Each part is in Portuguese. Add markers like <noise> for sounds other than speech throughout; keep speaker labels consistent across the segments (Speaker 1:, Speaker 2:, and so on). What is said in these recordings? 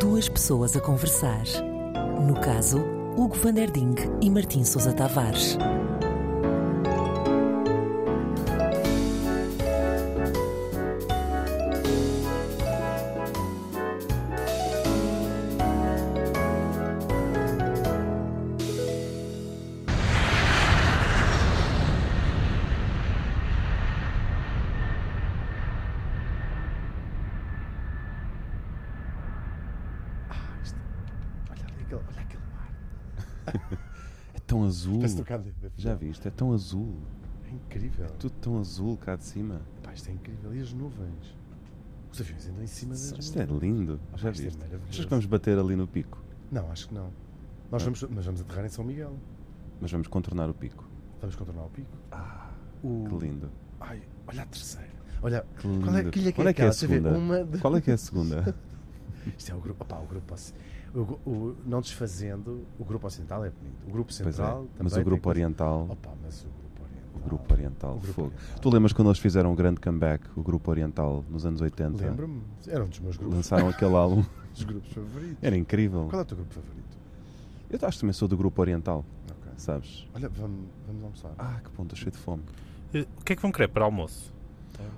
Speaker 1: duas pessoas a conversar. No caso, Hugo van der Ding e Martim Sousa Tavares.
Speaker 2: Ah, isto- Olha ali aquele, olha aquele mar.
Speaker 3: Uh. É tão azul.
Speaker 2: Parece trocado de- de-
Speaker 3: Já viste? É tão azul.
Speaker 2: É incrível.
Speaker 3: Tudo tão azul cá de cima.
Speaker 2: Pá, isto é incrível. E as nuvens? Os aviões andam em cima das nuvens.
Speaker 3: Isto é lindo.
Speaker 2: Ah,
Speaker 3: Já
Speaker 2: isto é
Speaker 3: viste?
Speaker 2: maravilhoso.
Speaker 3: Achas que vamos bater ali no pico?
Speaker 2: Não, acho que não.
Speaker 3: Ah.
Speaker 2: Nós vamos, mas vamos aterrar em São Miguel.
Speaker 3: Mas vamos contornar o pico.
Speaker 2: Vamos contornar o pico.
Speaker 3: Ah, Que lindo.
Speaker 2: Ai, olha a terceira. Olha,
Speaker 3: Que lindo.
Speaker 2: Hum. qual é, que ilha que
Speaker 3: Qual é que é
Speaker 2: aquela?
Speaker 3: a
Speaker 2: Deixa eu ver,
Speaker 3: segunda?
Speaker 2: Uma de-
Speaker 3: Qual é que é
Speaker 2: <laughs>
Speaker 3: a segunda?
Speaker 2: Isto é o grupo. Opá, o grupo oci- o gru- o- não desfazendo, o grupo ocidental é bonito. O grupo
Speaker 3: Pois é.
Speaker 2: central também.
Speaker 3: Mas o
Speaker 2: tem
Speaker 3: grupo
Speaker 2: coisa-
Speaker 3: oriental.
Speaker 2: Opa, mas o grupo oriental.
Speaker 3: O grupo oriental.
Speaker 2: O grupo
Speaker 3: fogo.
Speaker 2: oriental.
Speaker 3: Tu lembras quando eles fizeram um grande comeback, o grupo oriental, nos anos 80?
Speaker 2: Lembro-me, era um dos meus grupos,
Speaker 3: Lançaram aquele álbum.
Speaker 2: <laughs> dos grupos favoritos.
Speaker 3: Era incrível.
Speaker 2: Qual é o teu grupo favorito?
Speaker 3: Eu acho que também sou do grupo oriental,
Speaker 2: Ok.
Speaker 3: sabes?
Speaker 2: Olha, vamos, vamos almoçar.
Speaker 3: Ah, que ponto, cheio de fome.
Speaker 4: Eh, O que é que vão querer para almoço?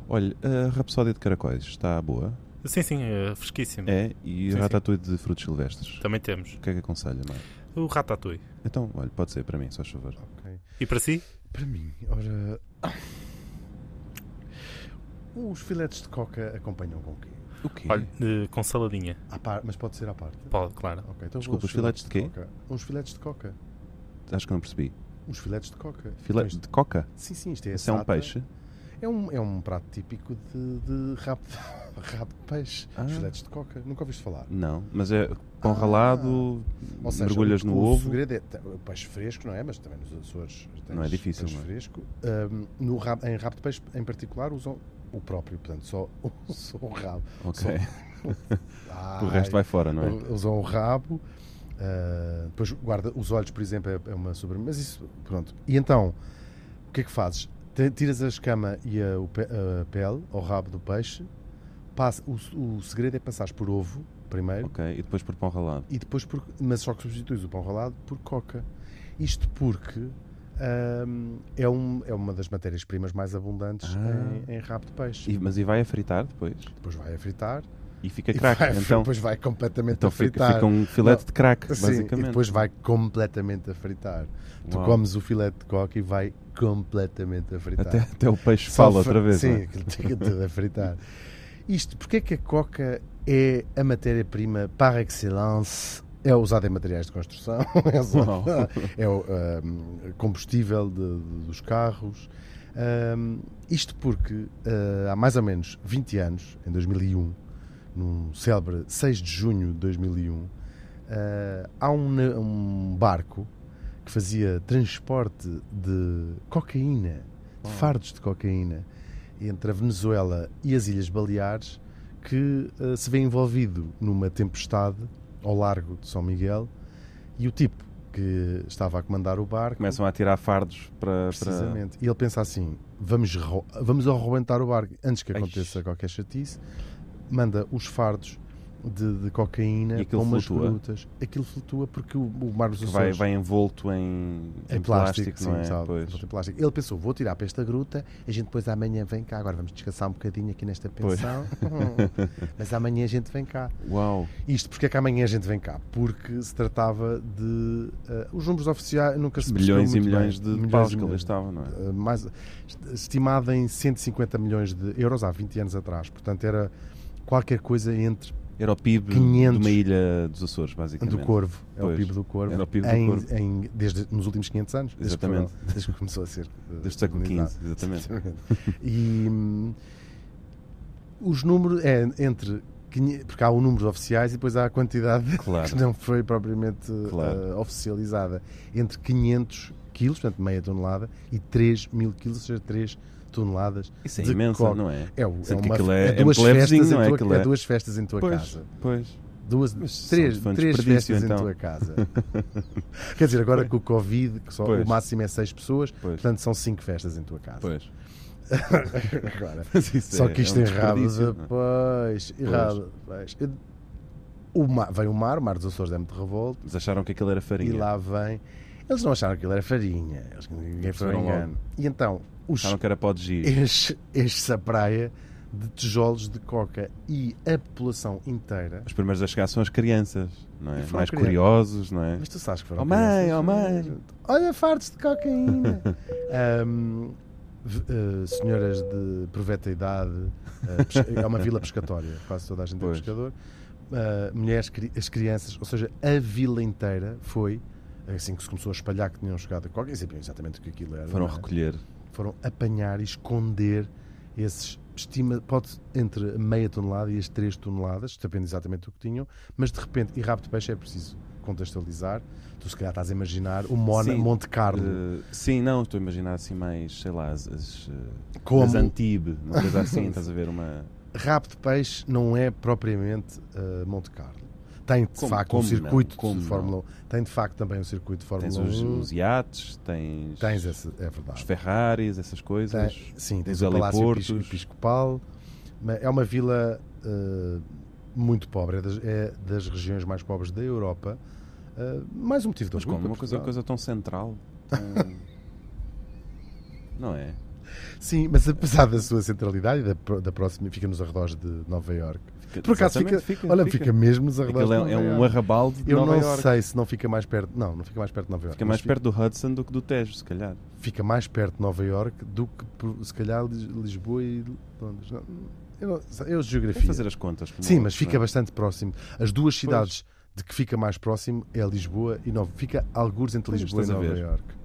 Speaker 3: Olha, a Rapsódia de Caracóis está boa.
Speaker 4: Sim, sim, eh, fresquíssimo.
Speaker 3: É, e
Speaker 4: Sim,
Speaker 3: ratatouille de frutos silvestres.
Speaker 4: Também temos.
Speaker 3: O que é que aconselha, mãe?
Speaker 4: O ratatouille.
Speaker 3: Então, olha, pode ser para mim, só chover.
Speaker 2: Ok.
Speaker 4: E para si?
Speaker 2: Para mim, ora. ah, Os filetes de coca acompanham com o quê?
Speaker 3: O quê?
Speaker 4: Olha, eh, com saladinha.
Speaker 2: À par... Mas pode ser à parte?
Speaker 4: Pode, claro.
Speaker 2: Ok, então vou aos
Speaker 3: Desculpa, os filetes de quê?
Speaker 2: coca. Uns filetes de coca.
Speaker 3: Acho que não percebi.
Speaker 2: Uns filetes de coca. Então
Speaker 3: Filete
Speaker 2: isto-
Speaker 3: de coca?
Speaker 2: Sim, sim, isto é
Speaker 3: Isso é um
Speaker 2: sata.
Speaker 3: peixe?
Speaker 2: É um, é um prato típico de, de <laughs> rabo, rabo de peixe.
Speaker 3: Ah.
Speaker 2: Os filetes de coca. Nunca ouviste falar.
Speaker 3: Não, mas é pão
Speaker 2: Ah.
Speaker 3: ralado,
Speaker 2: Ou seja,
Speaker 3: mergulhas
Speaker 2: o-
Speaker 3: no
Speaker 2: o
Speaker 3: ovo.
Speaker 2: segredo é te- o peixe fresco, não é? Mas também nos Açores tens
Speaker 3: Não é difícil,
Speaker 2: peixe
Speaker 3: não é?
Speaker 2: fresco. Ahm, no rabo, em rabo de peixe, em particular, usam o próprio, portanto, só, <laughs> só o rabo.
Speaker 3: Ok,
Speaker 2: Ai,
Speaker 3: o resto vai fora, não é?
Speaker 2: Usam o rabo. ah, depois guarda os olhos, por exemplo, é, é uma sobremesa. Mas isso, pronto. E então, o que é que fazes? Te- Tiras a escama e a, o pe- a pele, ao rabo do peixe. Passa, o, o segredo é passares por ovo primeiro
Speaker 3: Ok, e depois por pão ralado.
Speaker 2: e depois por, mas só que substituís o pão ralado por coca. Isto porque ahm, é, um, é uma das matérias-primas mais abundantes
Speaker 3: Ah.
Speaker 2: em, em rabo de peixe.
Speaker 3: E- mas e vai a fritar depois?
Speaker 2: Depois vai a fritar,
Speaker 3: E fica
Speaker 2: e
Speaker 3: craque,
Speaker 2: vai a fri-
Speaker 3: então,
Speaker 2: depois vai completamente
Speaker 3: então
Speaker 2: a
Speaker 3: fica,
Speaker 2: fritar.
Speaker 3: fica um filete
Speaker 2: Não,
Speaker 3: de craque,
Speaker 2: Sim, e
Speaker 3: basicamente.
Speaker 2: depois vai completamente a fritar. Tu
Speaker 3: Uau.
Speaker 2: comes o filete de coca e vai completamente a fritar.
Speaker 3: até, até o peixe
Speaker 2: tá. Só
Speaker 3: fala
Speaker 2: fr-
Speaker 3: outra vez. não
Speaker 2: Sim,
Speaker 3: é?
Speaker 2: aquilo fica tudo a fritar. Isto, porque é que a coca é a matéria-prima par excellence? É usada em materiais de construção, <laughs> é,
Speaker 3: Uau.
Speaker 2: usada, é o ahm, combustível de- de- dos carros. Ahm, isto porque ah, há mais ou menos 20 anos, em 2001, num célebre 6 de junho de 2001, ah, há um, na- um barco que fazia transporte de cocaína, de fardos de cocaína, entre a Venezuela e as Ilhas Baleares, que ah, se vê envolvido numa tempestade ao largo de São Miguel e o tipo que estava a comandar o barco
Speaker 3: Começam a tirar fardos para. para...
Speaker 2: Precisamente. E ele pensa assim: vamos, ro- vamos arrebentar o barco antes que
Speaker 3: Ai.
Speaker 2: aconteça qualquer chatice. Manda os fardos de, de
Speaker 3: E
Speaker 2: cocaína para
Speaker 3: aquilo
Speaker 2: umas
Speaker 3: flutua?
Speaker 2: grutas. Aquilo flutua porque o, o mar dos
Speaker 3: que vai,
Speaker 2: Açores
Speaker 3: vai envolto em,
Speaker 2: é
Speaker 3: em plástico,
Speaker 2: sim,
Speaker 3: não é?
Speaker 2: sabe?
Speaker 3: Pois.
Speaker 2: Envolto em plástico. Ele pensou: vou tirar para esta gruta, a gente depois amanhã vem cá. Agora vamos descansar um bocadinho aqui nesta
Speaker 3: Pois. <laughs>
Speaker 2: pensão, mas amanhã a gente vem cá.
Speaker 3: Uau!
Speaker 2: Isto porque é que amanhã a gente vem cá? Porque se tratava de. eh, os números oficiais nunca se percebeu
Speaker 3: Milhões e
Speaker 2: muito
Speaker 3: milhões
Speaker 2: bem.
Speaker 3: de
Speaker 2: Milhões e
Speaker 3: paus que ali
Speaker 2: milhões.
Speaker 3: estavam, não é?
Speaker 2: Uh, mais, est- estimada em 150 milhões de euros há 20 anos atrás. Portanto, era qualquer coisa entre
Speaker 3: Era o PIB
Speaker 2: 500
Speaker 3: de uma ilha dos Açores, basicamente.
Speaker 2: do Corvo, é o
Speaker 3: Pois.
Speaker 2: PIB do Corvo,
Speaker 3: Era o PIB do
Speaker 2: em-
Speaker 3: Corvo.
Speaker 2: em- desde nos últimos 500 anos, desde que,
Speaker 3: Exatamente.
Speaker 2: foram- desde que começou a
Speaker 3: <laughs>
Speaker 2: ser uh,
Speaker 3: Desde o século
Speaker 2: colonizado.
Speaker 3: XV, exatamente.
Speaker 2: Exatamente. E hum, os números é entre 500 porque há os números oficiais e depois há a quantidade <laughs>
Speaker 3: Claro.
Speaker 2: que não foi propriamente uh,
Speaker 3: Claro.
Speaker 2: oficializada entre 500 quilos, portanto meia tonelada, e 3 mil quilos, ou seja, 3 toneladas.
Speaker 3: Isso é
Speaker 2: de
Speaker 3: imenso,
Speaker 2: coca.
Speaker 3: não é?
Speaker 2: É, o- é,
Speaker 3: Sendo que
Speaker 2: uma,
Speaker 3: aquilo
Speaker 2: é,
Speaker 3: é- é um
Speaker 2: duas
Speaker 3: plebzinho,
Speaker 2: festas em
Speaker 3: não é?
Speaker 2: tua,
Speaker 3: Aquilo
Speaker 2: é
Speaker 3: é-
Speaker 2: duas festas em tua
Speaker 3: Pois,
Speaker 2: casa.
Speaker 3: pois.
Speaker 2: Duas,
Speaker 3: Mas são
Speaker 2: três
Speaker 3: de fã
Speaker 2: três
Speaker 3: desperdício,
Speaker 2: festas em
Speaker 3: então.
Speaker 2: tua casa. <laughs> Quer dizer, agora com o Covid, que só
Speaker 3: Pois.
Speaker 2: o máximo é seis pessoas,
Speaker 3: Pois.
Speaker 2: portanto são cinco festas em tua casa. <laughs>
Speaker 3: Pois.
Speaker 2: Agora.
Speaker 3: Mas isso
Speaker 2: Só
Speaker 3: é-
Speaker 2: que isto
Speaker 3: é um
Speaker 2: errado
Speaker 3: desperdício, não é?
Speaker 2: depois. Errado depois. Eu o mar, vem o mar, o mar dos Açores é muito revolto,
Speaker 3: Eles acharam que aquilo era farinha.
Speaker 2: e lá vem. Eles não acharam que aquilo era farinha, eles ninguém foi
Speaker 3: Perceberam
Speaker 2: engano. E então, os,
Speaker 3: Acharam que era pó de giro.
Speaker 2: enche, enche-se a praia de tijolos de coca e a população inteira.
Speaker 3: Os primeiros a chegar são as crianças, não é?
Speaker 2: E foram
Speaker 3: Mais
Speaker 2: crianças.
Speaker 3: curiosos, não é?
Speaker 2: Mas tu sabes que foram
Speaker 3: Oh, mãe,
Speaker 2: crianças.
Speaker 3: oh, mãe.
Speaker 2: Olha, fartos de coca
Speaker 3: <laughs>
Speaker 2: ainda. Ahm, v- eh, senhoras de proveta idade, eh, pes- é uma vila pescatória, quase toda a gente
Speaker 3: Pois.
Speaker 2: é pescador. Ah, mulheres, cri- as crianças, ou seja, a vila inteira foi assim que se começou a espalhar que tinham chegado a coca e sabiam exatamente o que aquilo era.
Speaker 3: Foram
Speaker 2: não é?
Speaker 3: recolher.
Speaker 2: foram apanhar e esconder esses estima pode entre meia tonelada e as três toneladas, depende exatamente do que tinham, mas de repente, e rabo de peixe é preciso contextualizar. Tu se calhar estás a imaginar o Mona,
Speaker 3: Sim.
Speaker 2: Monte Carlo
Speaker 3: Eh, sim, não, estou a imaginar assim mais, sei lá, as, as, eh,
Speaker 2: como
Speaker 3: as Antibes, uma coisa assim, <laughs> estás a ver uma...
Speaker 2: rabo de peixe não é propriamente eh, Monte Carlo. Tem de
Speaker 3: Como-
Speaker 2: facto um
Speaker 3: como não?
Speaker 2: circuito
Speaker 3: Como
Speaker 2: de Fórmula 1. Tem de facto também um circuito de
Speaker 3: Tens
Speaker 2: Fórmula
Speaker 3: os,
Speaker 2: 1.
Speaker 3: os iates, tens,
Speaker 2: Tens esse, é
Speaker 3: os
Speaker 2: verdade.
Speaker 3: Ferraris, essas
Speaker 2: Tem-
Speaker 3: coisas.
Speaker 2: é? sim, tens
Speaker 3: os
Speaker 2: o Palácio
Speaker 3: heliportos.
Speaker 2: Epis- Episcopal. Ma- É uma vila eh, muito pobre, é das, é das regiões mais pobres da Europa. Eh, mais um motivo de
Speaker 3: Mas
Speaker 2: orgulho
Speaker 3: como?
Speaker 2: para
Speaker 3: Uma coisa,
Speaker 2: Portugal.
Speaker 3: coisa tão central. tão- não é?
Speaker 2: Sim, mas apesar da sua centralidade e da, pro- da próxima, fica nos arredores de Nova Iorque.
Speaker 3: Fica-
Speaker 2: Por acaso fica,
Speaker 3: exatamente,
Speaker 2: olha, fica, mesmo nos arredores
Speaker 3: Aquilo é,
Speaker 2: de
Speaker 3: é
Speaker 2: Nova
Speaker 3: um
Speaker 2: Iorque.
Speaker 3: arrabalde de
Speaker 2: Eu
Speaker 3: Nova
Speaker 2: não
Speaker 3: Iorque.
Speaker 2: sei se não fica mais perto. Não, não fica mais perto de Nova Iorque.
Speaker 3: Fica mais
Speaker 2: mas
Speaker 3: perto do Hudson do que do Tejo, se calhar.
Speaker 2: fi- Fica mais perto de Nova Iorque do que por- se calhar Lis- Lisboa e Londres. Não, eu, não, sei, eu
Speaker 3: Vou
Speaker 2: geografia.
Speaker 3: fazer as contas. como
Speaker 2: Sim,
Speaker 3: outros,
Speaker 2: mas fica
Speaker 3: não é?
Speaker 2: bastante próximo. As duas cidades de que fica mais próximo é Lisboa e Nova. Fica algures entre
Speaker 3: Pois,
Speaker 2: Lisboa e
Speaker 3: estás a
Speaker 2: Nova
Speaker 3: ver.
Speaker 2: Iorque.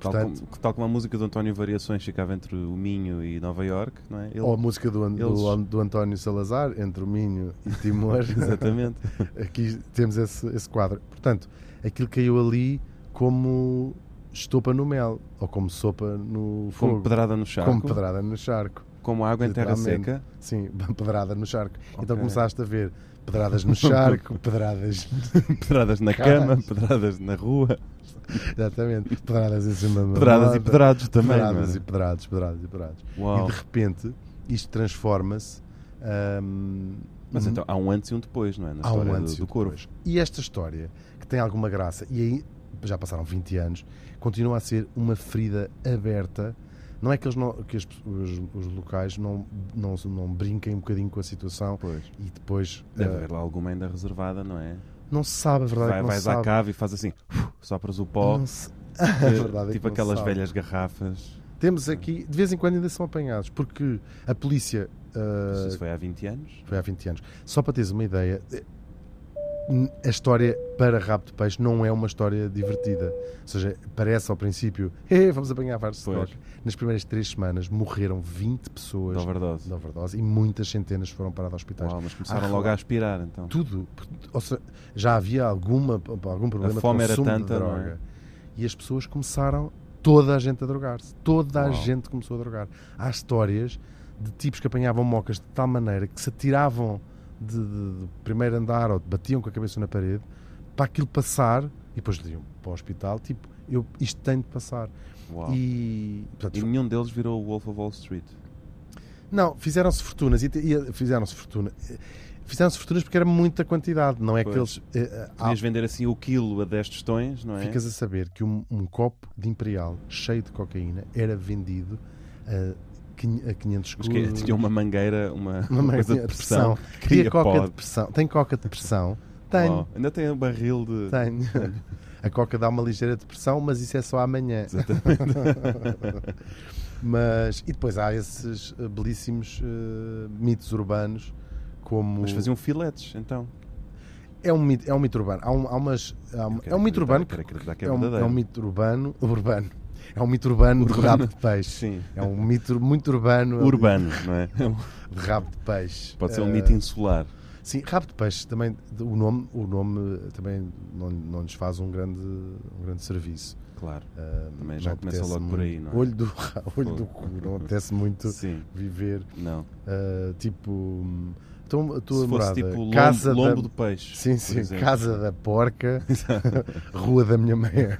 Speaker 3: Tal,
Speaker 2: Portanto,
Speaker 3: como, tal como a música do António Variações ficava entre o Minho e Nova Iorque, não é? Ele- <laughs>
Speaker 2: ou a música do, An- do
Speaker 3: eles-
Speaker 2: An- do António Salazar, entre o Minho e
Speaker 3: <laughs>
Speaker 2: Timor, <laughs>
Speaker 3: Exatamente.
Speaker 2: aqui temos esse, esse quadro. Portanto, aquilo caiu ali como estopa no mel, ou como sopa no
Speaker 3: Como
Speaker 2: fogo,
Speaker 3: pedrada no charco,
Speaker 2: como
Speaker 3: como,
Speaker 2: pedrada no charco.
Speaker 3: água em terra
Speaker 2: Literalmente.
Speaker 3: seca. <laughs>
Speaker 2: Sim, <laughs> pedrada no charco. Então
Speaker 3: Ok.
Speaker 2: começaste a ver pedradas no
Speaker 3: <laughs>
Speaker 2: charco, pedradas <laughs>
Speaker 3: Pedradas na
Speaker 2: Caralho.
Speaker 3: cama, pedradas na rua,
Speaker 2: Exatamente. Pedradas em cima da
Speaker 3: pedradas e
Speaker 2: mesa.
Speaker 3: pedrados também.
Speaker 2: Pedradas
Speaker 3: mano.
Speaker 2: e pedrados, pedradas e pedrados.
Speaker 3: Uau.
Speaker 2: E de repente isto transforma-se. hum,
Speaker 3: Mas então há um antes e um depois, não é? Na
Speaker 2: há
Speaker 3: história
Speaker 2: um
Speaker 3: do-
Speaker 2: antes
Speaker 3: do,
Speaker 2: e um
Speaker 3: corvo.
Speaker 2: depois. E esta história, que tem alguma graça, e aí já passaram 20 anos, continua a ser uma ferida aberta. Não é que, eles não, que as pe- os, os locais não, não, não brinquem um bocadinho com a situação
Speaker 3: Pois.
Speaker 2: e depois
Speaker 3: Deve
Speaker 2: eh,
Speaker 3: haver lá alguma ainda reservada, não é?
Speaker 2: não se sabe, a verdade é
Speaker 3: Vai-
Speaker 2: que não
Speaker 3: vais
Speaker 2: se sabe.
Speaker 3: à cave e faz assim, uf, sopras o pó,
Speaker 2: Não se-
Speaker 3: <laughs> eh,
Speaker 2: a verdade é
Speaker 3: tipo
Speaker 2: que não se
Speaker 3: aquelas
Speaker 2: sabe.
Speaker 3: velhas garrafas.
Speaker 2: Temos aqui, de vez em quando ainda são apanhados, porque a polícia. ah,
Speaker 3: Isso foi há 20 anos.
Speaker 2: foi há 20 anos. Só para teres uma ideia, eh, n- a história para Rabo de Peixe não é uma história divertida. Ou seja, parece ao princípio, "Eh, vamos apanhar vários
Speaker 3: Pois.
Speaker 2: stock. Nas primeiras três semanas morreram 20 pessoas
Speaker 3: De overdose.
Speaker 2: de overdose e muitas centenas foram paradas a hospitais.
Speaker 3: Uau, mas começaram
Speaker 2: Ah,
Speaker 3: logo a aspirar, então.
Speaker 2: Tudo. Ou seja, já havia alguma, algum problema
Speaker 3: fome
Speaker 2: de
Speaker 3: era
Speaker 2: consumo
Speaker 3: tanta,
Speaker 2: de
Speaker 3: não é?
Speaker 2: droga. E as pessoas começaram, toda a gente a drogar-se. Toda a
Speaker 3: Uau.
Speaker 2: gente começou a drogar. Há histórias de tipos que apanhavam mocas de tal maneira que se atiravam de, de- do primeiro andar ou batiam com a cabeça na parede para aquilo passar e depois iam para o hospital. Tipo, eu, isto tem de passar.
Speaker 3: Uau. E...
Speaker 2: E, portanto,
Speaker 3: nenhum deles virou o Wolf of Wall Street.
Speaker 2: não, fizeram-se fortunas. E, te- e- fizeram-se fortuna. Eh, Fizeram-se fortunas porque era muita quantidade, não é que
Speaker 3: Pois.
Speaker 2: eles. eh, eh, há-
Speaker 3: Podias vender assim o quilo a 10 tostões, não é?
Speaker 2: Ficas a saber que um, um copo de Imperial cheio de cocaína era vendido a, quin- a 500
Speaker 3: Mas que
Speaker 2: escudos.
Speaker 3: tinha uma mangueira, uma, uma
Speaker 2: marca
Speaker 3: coisa de pressão. que
Speaker 2: Queria
Speaker 3: ia
Speaker 2: coca
Speaker 3: pó.
Speaker 2: de pressão. Tem coca de pressão? Tenho,
Speaker 3: Uau. Ainda tem um barril de.
Speaker 2: tenho. A coca dá uma ligeira depressão, mas isso é só amanhã. <laughs> mas, e depois há esses eh, belíssimos eh, mitos urbanos como...
Speaker 3: Mas faziam filetes, então.
Speaker 2: é, um mito, é um mito urbano. Há um, há umas, há um-
Speaker 3: Eu quero
Speaker 2: é um mito
Speaker 3: acreditar,
Speaker 2: urbano
Speaker 3: eu quero acreditar que é
Speaker 2: é, um,
Speaker 3: verdadeiro.
Speaker 2: é um mito urbano... <laughs> urbano. É um mito urbano, de
Speaker 3: Urbano.
Speaker 2: rabo de peixe.
Speaker 3: Sim.
Speaker 2: É um mito muito urbano. ali,
Speaker 3: Urbano,
Speaker 2: <laughs>
Speaker 3: não é?
Speaker 2: De rabo de peixe.
Speaker 3: Pode ser um
Speaker 2: Eh,
Speaker 3: mito insular.
Speaker 2: Sim, rabo de peixe também, de- o nome, o nome eh, também não, não nos faz um grande, um grande serviço.
Speaker 3: Claro.
Speaker 2: Eh,
Speaker 3: Também já
Speaker 2: não
Speaker 3: começa
Speaker 2: apetece
Speaker 3: logo por
Speaker 2: muito-
Speaker 3: aí, não é?
Speaker 2: Olho do, <laughs> ra- olho do cu, não apetece muito
Speaker 3: Sim.
Speaker 2: viver,
Speaker 3: Não.
Speaker 2: eh, tipo, hum, então a tua
Speaker 3: Se fosse
Speaker 2: morada,
Speaker 3: tipo lombo,
Speaker 2: casa
Speaker 3: lombo
Speaker 2: da...
Speaker 3: de
Speaker 2: <laughs>
Speaker 3: peixe.
Speaker 2: Sim,
Speaker 3: por
Speaker 2: sim,
Speaker 3: exemplo.
Speaker 2: casa da
Speaker 3: <laughs>
Speaker 2: porca, rua da minha mãe, <laughs>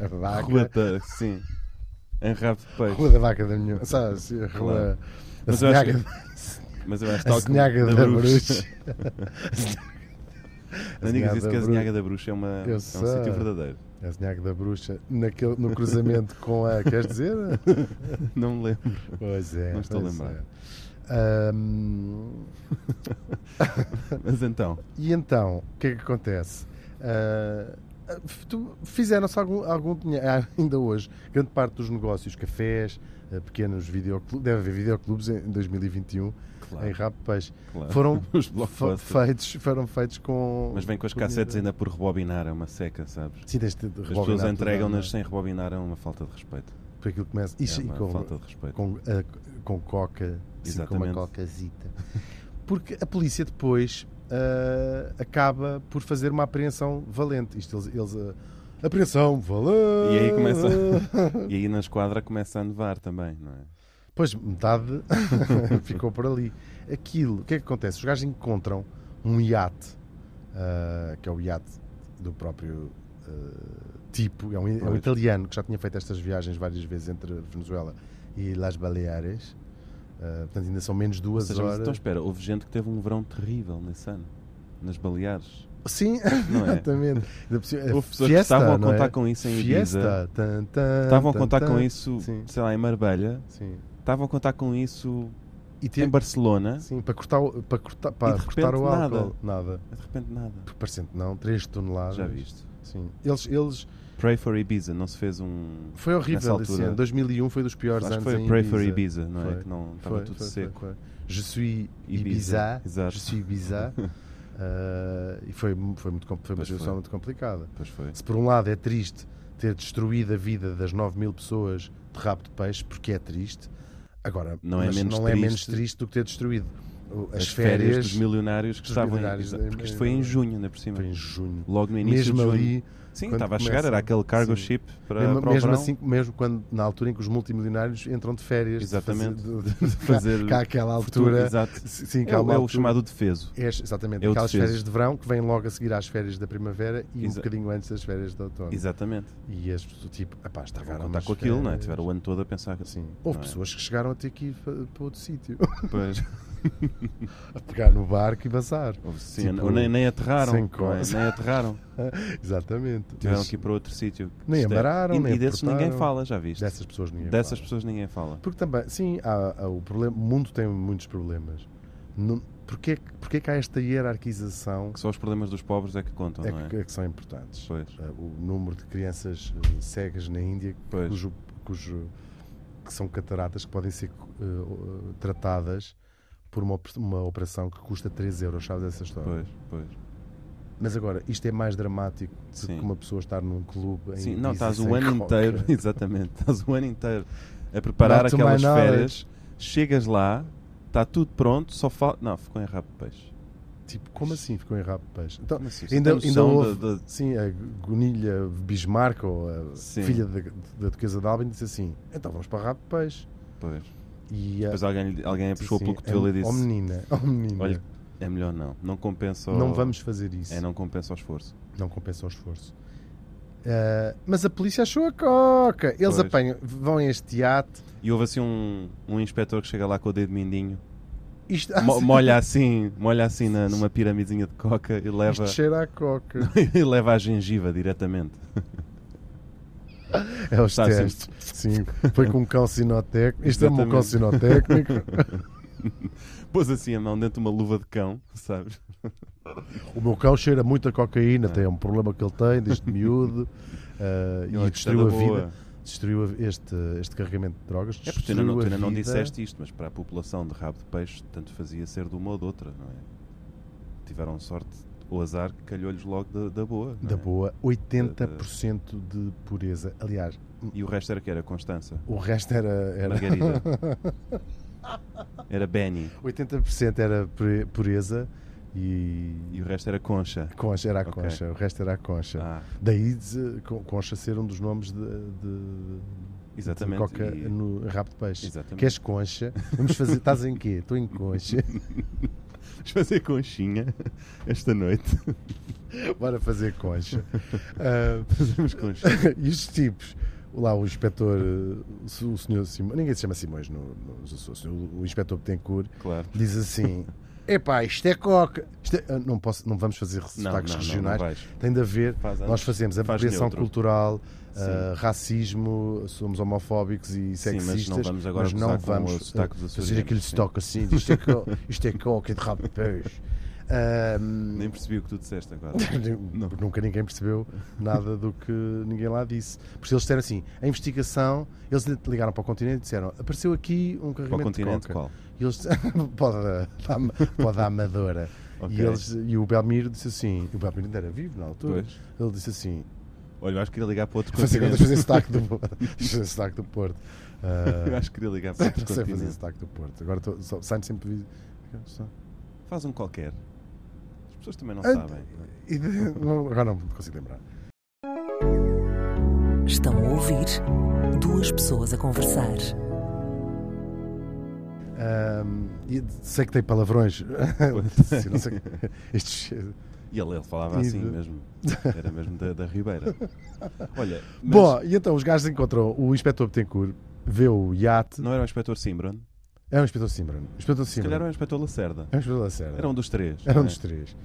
Speaker 2: a vaca,
Speaker 3: Rua da- Sim. Em rabo de peixe.
Speaker 2: Rua da vaca da minha sabe, assim, a rua...
Speaker 3: Claro.
Speaker 2: a
Speaker 3: Mas eu acho
Speaker 2: Senhaga-
Speaker 3: Mas eu acho
Speaker 2: A
Speaker 3: tal como-
Speaker 2: Senhaga da Bruxa.
Speaker 3: <laughs> Não digas isso que a
Speaker 2: Bru-
Speaker 3: Zinhaga da Bruxa é, uma, é um
Speaker 2: sei.
Speaker 3: sítio verdadeiro. <laughs>
Speaker 2: A Zinhaga da Bruxa, naquele, no cruzamento com a. Queres dizer?
Speaker 3: Não me lembro.
Speaker 2: Pois é.
Speaker 3: Não estou a
Speaker 2: pois
Speaker 3: lembrar.
Speaker 2: é. Ahm,
Speaker 3: Mas então,
Speaker 2: e então, o que é que acontece? Ah, tu- Fizeram-se algum, algum dinheiro, ah, ainda hoje, grande parte dos negócios, cafés, ah, pequenos videoclubes, deve haver videoclubes em 2021 em
Speaker 3: claro,
Speaker 2: Rabo de Peixe.
Speaker 3: claro.
Speaker 2: Foram
Speaker 3: <laughs> os
Speaker 2: fe-
Speaker 3: blockbusters.
Speaker 2: feitos, foram feitos com.
Speaker 3: Mas vem com as
Speaker 2: com
Speaker 3: cassetes
Speaker 2: dinheiro.
Speaker 3: ainda por rebobinar, é uma seca, sabes?
Speaker 2: Sim, tens de
Speaker 3: As
Speaker 2: rebobinar
Speaker 3: pessoas
Speaker 2: tudo, não é?
Speaker 3: entregam-nas sem rebobinar, é uma falta de respeito.
Speaker 2: Para aquilo que começa. Isso,
Speaker 3: é
Speaker 2: e
Speaker 3: uma
Speaker 2: com,
Speaker 3: falta de respeito.
Speaker 2: com, ah, com coca, assim, com uma
Speaker 3: Exatamente.
Speaker 2: cocazita. <laughs> Porque a polícia depois ah, acaba por fazer uma apreensão valente. Isto eles. eles, ah, Apreensão, valente!
Speaker 3: E aí começa- E aí na esquadra começa a nevar também, não é?
Speaker 2: Pois, metade <laughs> ficou por ali. Aquilo, o que é que acontece? Os gajos encontram um iate, ah, que é o iate do próprio ah, tipo, é um, é um
Speaker 3: Pois.
Speaker 2: italiano que já tinha feito estas viagens várias vezes entre Venezuela e Las Baleares. Ah, portanto, ainda são menos
Speaker 3: Ou
Speaker 2: duas
Speaker 3: seja, mas
Speaker 2: horas.
Speaker 3: então espera, houve gente que teve um verão terrível nesse ano, nas Baleares,
Speaker 2: Sim,
Speaker 3: então <laughs> não
Speaker 2: <laughs>
Speaker 3: é?
Speaker 2: exatamente. Ainda por cima-
Speaker 3: Houve pessoas que
Speaker 2: fiesta,
Speaker 3: estavam a
Speaker 2: não é?
Speaker 3: contar com isso em Ibiza,
Speaker 2: Fiesta. Tan, tan,
Speaker 3: estavam a
Speaker 2: tan,
Speaker 3: contar
Speaker 2: tan.
Speaker 3: com isso,
Speaker 2: Sim.
Speaker 3: sei lá, em Marbella,
Speaker 2: Sim.
Speaker 3: estavam a contar com isso
Speaker 2: E
Speaker 3: em
Speaker 2: tem...
Speaker 3: Barcelona,
Speaker 2: Sim, para cortar, o- para cortar, para
Speaker 3: de
Speaker 2: cortar o
Speaker 3: repente, nada.
Speaker 2: álcool. Nada.
Speaker 3: mas de repente nada.
Speaker 2: Parecendo que não, 3 toneladas.
Speaker 3: Já viste?
Speaker 2: Sim. Eles, eles,
Speaker 3: Pray for Ibiza, não se fez um.
Speaker 2: foi horrível
Speaker 3: Nessa
Speaker 2: esse
Speaker 3: altura.
Speaker 2: ano. 2001 foi dos piores
Speaker 3: Acho que
Speaker 2: anos
Speaker 3: foi
Speaker 2: em
Speaker 3: o Pray
Speaker 2: Ibiza.
Speaker 3: for Ibiza, não é?
Speaker 2: Foi.
Speaker 3: Que não
Speaker 2: Foi,
Speaker 3: estava tudo
Speaker 2: foi,
Speaker 3: seco.
Speaker 2: foi, foi. Je suis
Speaker 3: Ibiza,
Speaker 2: Ibiza.
Speaker 3: exato.
Speaker 2: Je suis Ibiza.
Speaker 3: <laughs>
Speaker 2: Ah, e foi, foi, muito, com- foi uma
Speaker 3: Pois
Speaker 2: situação
Speaker 3: foi.
Speaker 2: muito complicada.
Speaker 3: Pois foi.
Speaker 2: Se por um lado é triste ter destruído a vida das 9 mil pessoas de rabo de peixe, porque é triste, agora
Speaker 3: Não é
Speaker 2: mas
Speaker 3: menos
Speaker 2: não é menos
Speaker 3: triste-
Speaker 2: triste do que ter destruído o- as,
Speaker 3: As férias dos milionários que
Speaker 2: dos
Speaker 3: estavam
Speaker 2: milionários
Speaker 3: em.
Speaker 2: em-
Speaker 3: Porque isto foi em junho, ainda por cima.
Speaker 2: foi em junho.
Speaker 3: Logo no início
Speaker 2: Mesmo
Speaker 3: de junho.
Speaker 2: ali,
Speaker 3: Sim,
Speaker 2: quando
Speaker 3: estava a chegar, era
Speaker 2: começa.
Speaker 3: aquele cargo
Speaker 2: Sim.
Speaker 3: ship para,
Speaker 2: mesmo,
Speaker 3: para o
Speaker 2: mesmo
Speaker 3: verão,
Speaker 2: assim, mesmo quando, na altura em que os multimilionários entram de férias, de
Speaker 3: Exatamente.
Speaker 2: fazer- de- de-
Speaker 3: fazer
Speaker 2: cá àquela
Speaker 3: futuro-
Speaker 2: altura.
Speaker 3: Exato.
Speaker 2: si- Sim,
Speaker 3: É,
Speaker 2: cá
Speaker 3: o-
Speaker 2: uma
Speaker 3: é o
Speaker 2: altura-
Speaker 3: chamado defeso.
Speaker 2: É, exatamente,
Speaker 3: é o
Speaker 2: aquelas
Speaker 3: defeso.
Speaker 2: férias de verão que vêm logo a seguir às férias da primavera e um
Speaker 3: Exa-
Speaker 2: bocadinho antes das férias de outono.
Speaker 3: Exatamente.
Speaker 2: E as pessoas, tipo, epá,
Speaker 3: Estavam
Speaker 2: estavam
Speaker 3: a contar com aquilo, não é? Tiveram o ano todo a pensar que
Speaker 2: Sim. Houve
Speaker 3: Não é? <laughs>
Speaker 2: pessoas que chegaram a ter que ir para, para outro sítio, <laughs>
Speaker 3: depois.
Speaker 2: a pegar no barco e bazar.
Speaker 3: Sim,
Speaker 2: Tipo,
Speaker 3: ou nem, nem aterraram.
Speaker 2: sem
Speaker 3: não é?
Speaker 2: coisa.
Speaker 3: Nem
Speaker 2: <laughs>
Speaker 3: aterraram.
Speaker 2: Exatamente.
Speaker 3: Tiveram
Speaker 2: Mas
Speaker 3: que ir para outro sítio.
Speaker 2: Nem
Speaker 3: Isto é-
Speaker 2: amararam,
Speaker 3: e,
Speaker 2: nem
Speaker 3: E desses ninguém
Speaker 2: aportaram.
Speaker 3: fala, já viste?
Speaker 2: Dessas pessoas ninguém
Speaker 3: Dessas
Speaker 2: fala.
Speaker 3: pessoas ninguém fala.
Speaker 2: Porque também, sim, há- há o, problema, o mundo tem muitos problemas. Não, porquê, que- porquê que há esta hierarquização
Speaker 3: Que só os problemas dos pobres é que contam,
Speaker 2: é
Speaker 3: não é?
Speaker 2: que, é que são importantes?
Speaker 3: Pois.
Speaker 2: Eh, O número de crianças eh, cegas na Índia
Speaker 3: Pois.
Speaker 2: cujo, cujo- que são cataratas que podem ser eh, tratadas por uma, op- uma operação que custa 3 euros, sabes essa história?
Speaker 3: Pois, pois.
Speaker 2: Mas agora, isto é mais dramático do
Speaker 3: Sim.
Speaker 2: que uma pessoa estar num clube em
Speaker 3: Sim, não,
Speaker 2: Ibiza
Speaker 3: estás
Speaker 2: sem <laughs>
Speaker 3: o ano
Speaker 2: coca.
Speaker 3: inteiro, <laughs> exatamente, estás o ano inteiro a preparar
Speaker 2: Not to my
Speaker 3: aquelas
Speaker 2: knowledge.
Speaker 3: férias, chegas lá, está tudo pronto, só falta. Não, ficou em rabo de peixe.
Speaker 2: Tipo, como assim ficou em rabo de peixe? Então,
Speaker 3: Como assim? Você
Speaker 2: ainda,
Speaker 3: tem
Speaker 2: ainda
Speaker 3: noção
Speaker 2: houve,
Speaker 3: da- da-
Speaker 2: sim, a Gunilha Bismarck, ou a
Speaker 3: Sim.
Speaker 2: filha da, da duquesa de Albin, disse assim, então vamos para rabo de peixe.
Speaker 3: Pois.
Speaker 2: E a-
Speaker 3: Depois alguém, lhe- alguém a
Speaker 2: sim,
Speaker 3: puxou
Speaker 2: sim,
Speaker 3: pelo cotovelo
Speaker 2: é-
Speaker 3: e
Speaker 2: Ó
Speaker 3: disse:
Speaker 2: menina, ó menina,
Speaker 3: Olha, é melhor não, não compensa o...
Speaker 2: não vamos fazer isso.
Speaker 3: É,
Speaker 2: não...
Speaker 3: não compensa o esforço.
Speaker 2: compensa o esforço. Ah, mas a polícia achou a coca. Eles
Speaker 3: Pois.
Speaker 2: apanham, vão a este iate.
Speaker 3: E houve assim um, um inspetor que chega lá com o
Speaker 2: <laughs>
Speaker 3: dedo mindinho,
Speaker 2: Isto,
Speaker 3: mo- molha assim, molha assim na- numa piramidezinha de coca e leva,
Speaker 2: isto cheira a coca.
Speaker 3: <laughs> e leva à gengiva diretamente.
Speaker 2: É os
Speaker 3: Está assim.
Speaker 2: testes. Sim, foi com um calcinotécnico. Isto é um
Speaker 3: Exatamente.
Speaker 2: calcinotécnico.
Speaker 3: Pôs assim a mão dentro de uma luva de cão, sabes?
Speaker 2: O meu cão cheira muito a
Speaker 3: É.
Speaker 2: cocaína, tem um problema que ele tem
Speaker 3: <laughs>
Speaker 2: desde miúdo ah,
Speaker 3: Ele é
Speaker 2: e
Speaker 3: que está da
Speaker 2: destruiu a
Speaker 3: boa.
Speaker 2: vida. Destruiu a- este, este carregamento de drogas.
Speaker 3: É porque tu ainda, não,
Speaker 2: destruiu
Speaker 3: tu
Speaker 2: a
Speaker 3: ainda não
Speaker 2: vida.
Speaker 3: disseste isto, mas para a população de rabo de peixe, tanto fazia ser de uma ou de outra, não é? Tiveram sorte ou azar que calhou-lhes logo da, da boa. não
Speaker 2: Da
Speaker 3: é?
Speaker 2: boa, 80% de pureza. Aliás,
Speaker 3: E o resto era que era Constança,
Speaker 2: o resto era. era <laughs>
Speaker 3: Margarida. <laughs> era Benny.
Speaker 2: 80% era pure- pureza e.
Speaker 3: E o resto era Concha.
Speaker 2: Concha, era a
Speaker 3: Ok.
Speaker 2: concha. O resto era a concha.
Speaker 3: Ah,
Speaker 2: Daí de- con- concha ser um dos nomes de, de- de
Speaker 3: Exatamente,
Speaker 2: coca
Speaker 3: e-
Speaker 2: no rabo de peixe.
Speaker 3: exatamente.
Speaker 2: Queres concha? Vamos fazer. Estás em quê? Estou em concha.
Speaker 3: Vamos
Speaker 2: <laughs>
Speaker 3: fazer conchinha esta noite.
Speaker 2: Bora fazer
Speaker 3: <laughs>
Speaker 2: concha. Ah,
Speaker 3: Fazemos conchinha.
Speaker 2: e os tipos? Lá o inspetor, eh, o se- o senhor Simões, ninguém se chama Simões no- nos Açores, o, o inspetor Betancourt
Speaker 3: Claro. <laughs>
Speaker 2: diz assim: epá, isto é coca, isto Isto é- não, posso, não vamos fazer sotaques regionais.
Speaker 3: vais.
Speaker 2: Tem de haver.
Speaker 3: Faz
Speaker 2: Nós
Speaker 3: antes.
Speaker 2: fazemos
Speaker 3: Faz
Speaker 2: apropriação
Speaker 3: neutro.
Speaker 2: cultural,
Speaker 3: Sim.
Speaker 2: ah, racismo, somos homofóbicos e
Speaker 3: Sim,
Speaker 2: sexistas.
Speaker 3: mas não vamos agora
Speaker 2: mas não
Speaker 3: gozar com
Speaker 2: vamos,
Speaker 3: o sotaque
Speaker 2: ah,
Speaker 3: dos
Speaker 2: fazer aquele
Speaker 3: açorianos, sim.
Speaker 2: sotaque assim. de Isto é, co- isto é coca de
Speaker 3: <laughs>
Speaker 2: rapaz. Ahm,
Speaker 3: Nem percebi o que tu disseste agora. Não.
Speaker 2: Porque nunca ninguém percebeu nada do que ninguém lá disse. Porque eles disseram assim: a investigação, eles ligaram para o continente e disseram: apareceu aqui um
Speaker 3: Para o
Speaker 2: carregamento de
Speaker 3: continente
Speaker 2: coca.
Speaker 3: qual?
Speaker 2: E eles <laughs> pode, da- pode da Amadora.
Speaker 3: Ok.
Speaker 2: E, eles, e o Belmiro disse assim: o Belmiro ainda era vivo na altura.
Speaker 3: Pois.
Speaker 2: Ele disse assim:
Speaker 3: Olha, eu acho que queria ligar para outro
Speaker 2: fazer,
Speaker 3: continente.
Speaker 2: fazer sotaque do
Speaker 3: <laughs>
Speaker 2: Porto. <laughs> fazer sotaque do Porto. Ah,
Speaker 3: Eu acho que queria ligar para
Speaker 2: <laughs> não
Speaker 3: outro
Speaker 2: sei fazer
Speaker 3: continente.
Speaker 2: sotaque do Porto. Agora estou- só- saio sempre.
Speaker 3: Faz um qualquer. As pessoas também não
Speaker 2: Ah,
Speaker 3: sabem. não é?
Speaker 2: E, não, agora não consigo lembrar.
Speaker 1: Estão a ouvir duas pessoas a conversar.
Speaker 2: Ahm, e sei que tem
Speaker 3: <laughs>
Speaker 2: palavrões. Sim, não sei. Estes-
Speaker 3: E ele, ele falava
Speaker 2: E
Speaker 3: assim
Speaker 2: de-
Speaker 3: mesmo. Era mesmo da, da Ribeira. Olha, mas
Speaker 2: Bom, e então os gajos encontram o inspetor Betancourt, vê o iate.
Speaker 3: não era o inspetor Simbron?
Speaker 2: É um inspetor Simbra. não? Inspetor
Speaker 3: Se calhar
Speaker 2: Simbra.
Speaker 3: era o inspetor Lacerda.
Speaker 2: É um inspetor da Serra.
Speaker 3: Era um dos três.
Speaker 2: Era um
Speaker 3: não é?
Speaker 2: dos três.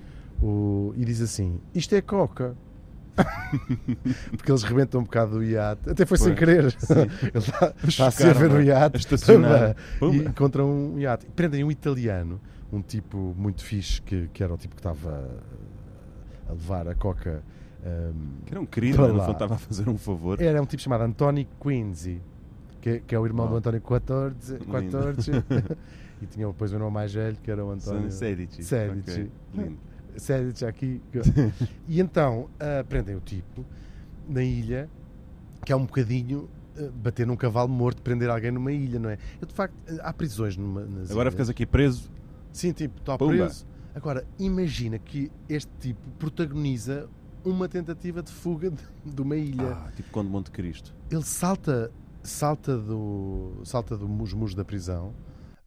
Speaker 2: O- e diz assim: Isto é coca. <laughs> Porque eles rebentam um bocado do iate. Até foi sem
Speaker 3: Pois,
Speaker 2: querer. <laughs> Ele está a ser
Speaker 3: Chocaram,
Speaker 2: ver o
Speaker 3: não é?
Speaker 2: iate.
Speaker 3: A estacionar.
Speaker 2: Pumba. E
Speaker 3: Pumba.
Speaker 2: encontram um iate. E prendem um italiano, um tipo muito fixe, que, que era o tipo que estava eh, a levar a coca. hum,
Speaker 3: Que era um querido,
Speaker 2: Para
Speaker 3: né? no
Speaker 2: lá.
Speaker 3: fundo estava a fazer um favor.
Speaker 2: era um tipo chamado António Quincy, que, que é o irmão
Speaker 3: Oh.
Speaker 2: do António 14.
Speaker 3: Lindo. <laughs>
Speaker 2: 14 e tinha depois o irmão mais velho, que era o António.
Speaker 3: São Sedici.
Speaker 2: Sedici.
Speaker 3: é Ok, lindo.
Speaker 2: sério já
Speaker 3: <laughs>
Speaker 2: aqui. e então ah, prendem o tipo na ilha, que é um bocadinho ah, bater num cavalo morto, prender alguém numa ilha, não é? Eu de facto, ah, há prisões numa, nas
Speaker 3: Agora
Speaker 2: ilhas.
Speaker 3: ficas aqui preso.
Speaker 2: Sim, tipo, está
Speaker 3: Pumba.
Speaker 2: preso. Agora, imagina que este tipo protagoniza uma tentativa de fuga de, de uma ilha.
Speaker 3: Ah, tipo quando Monte Cristo.
Speaker 2: Ele salta, salta do, salta do musmos da prisão,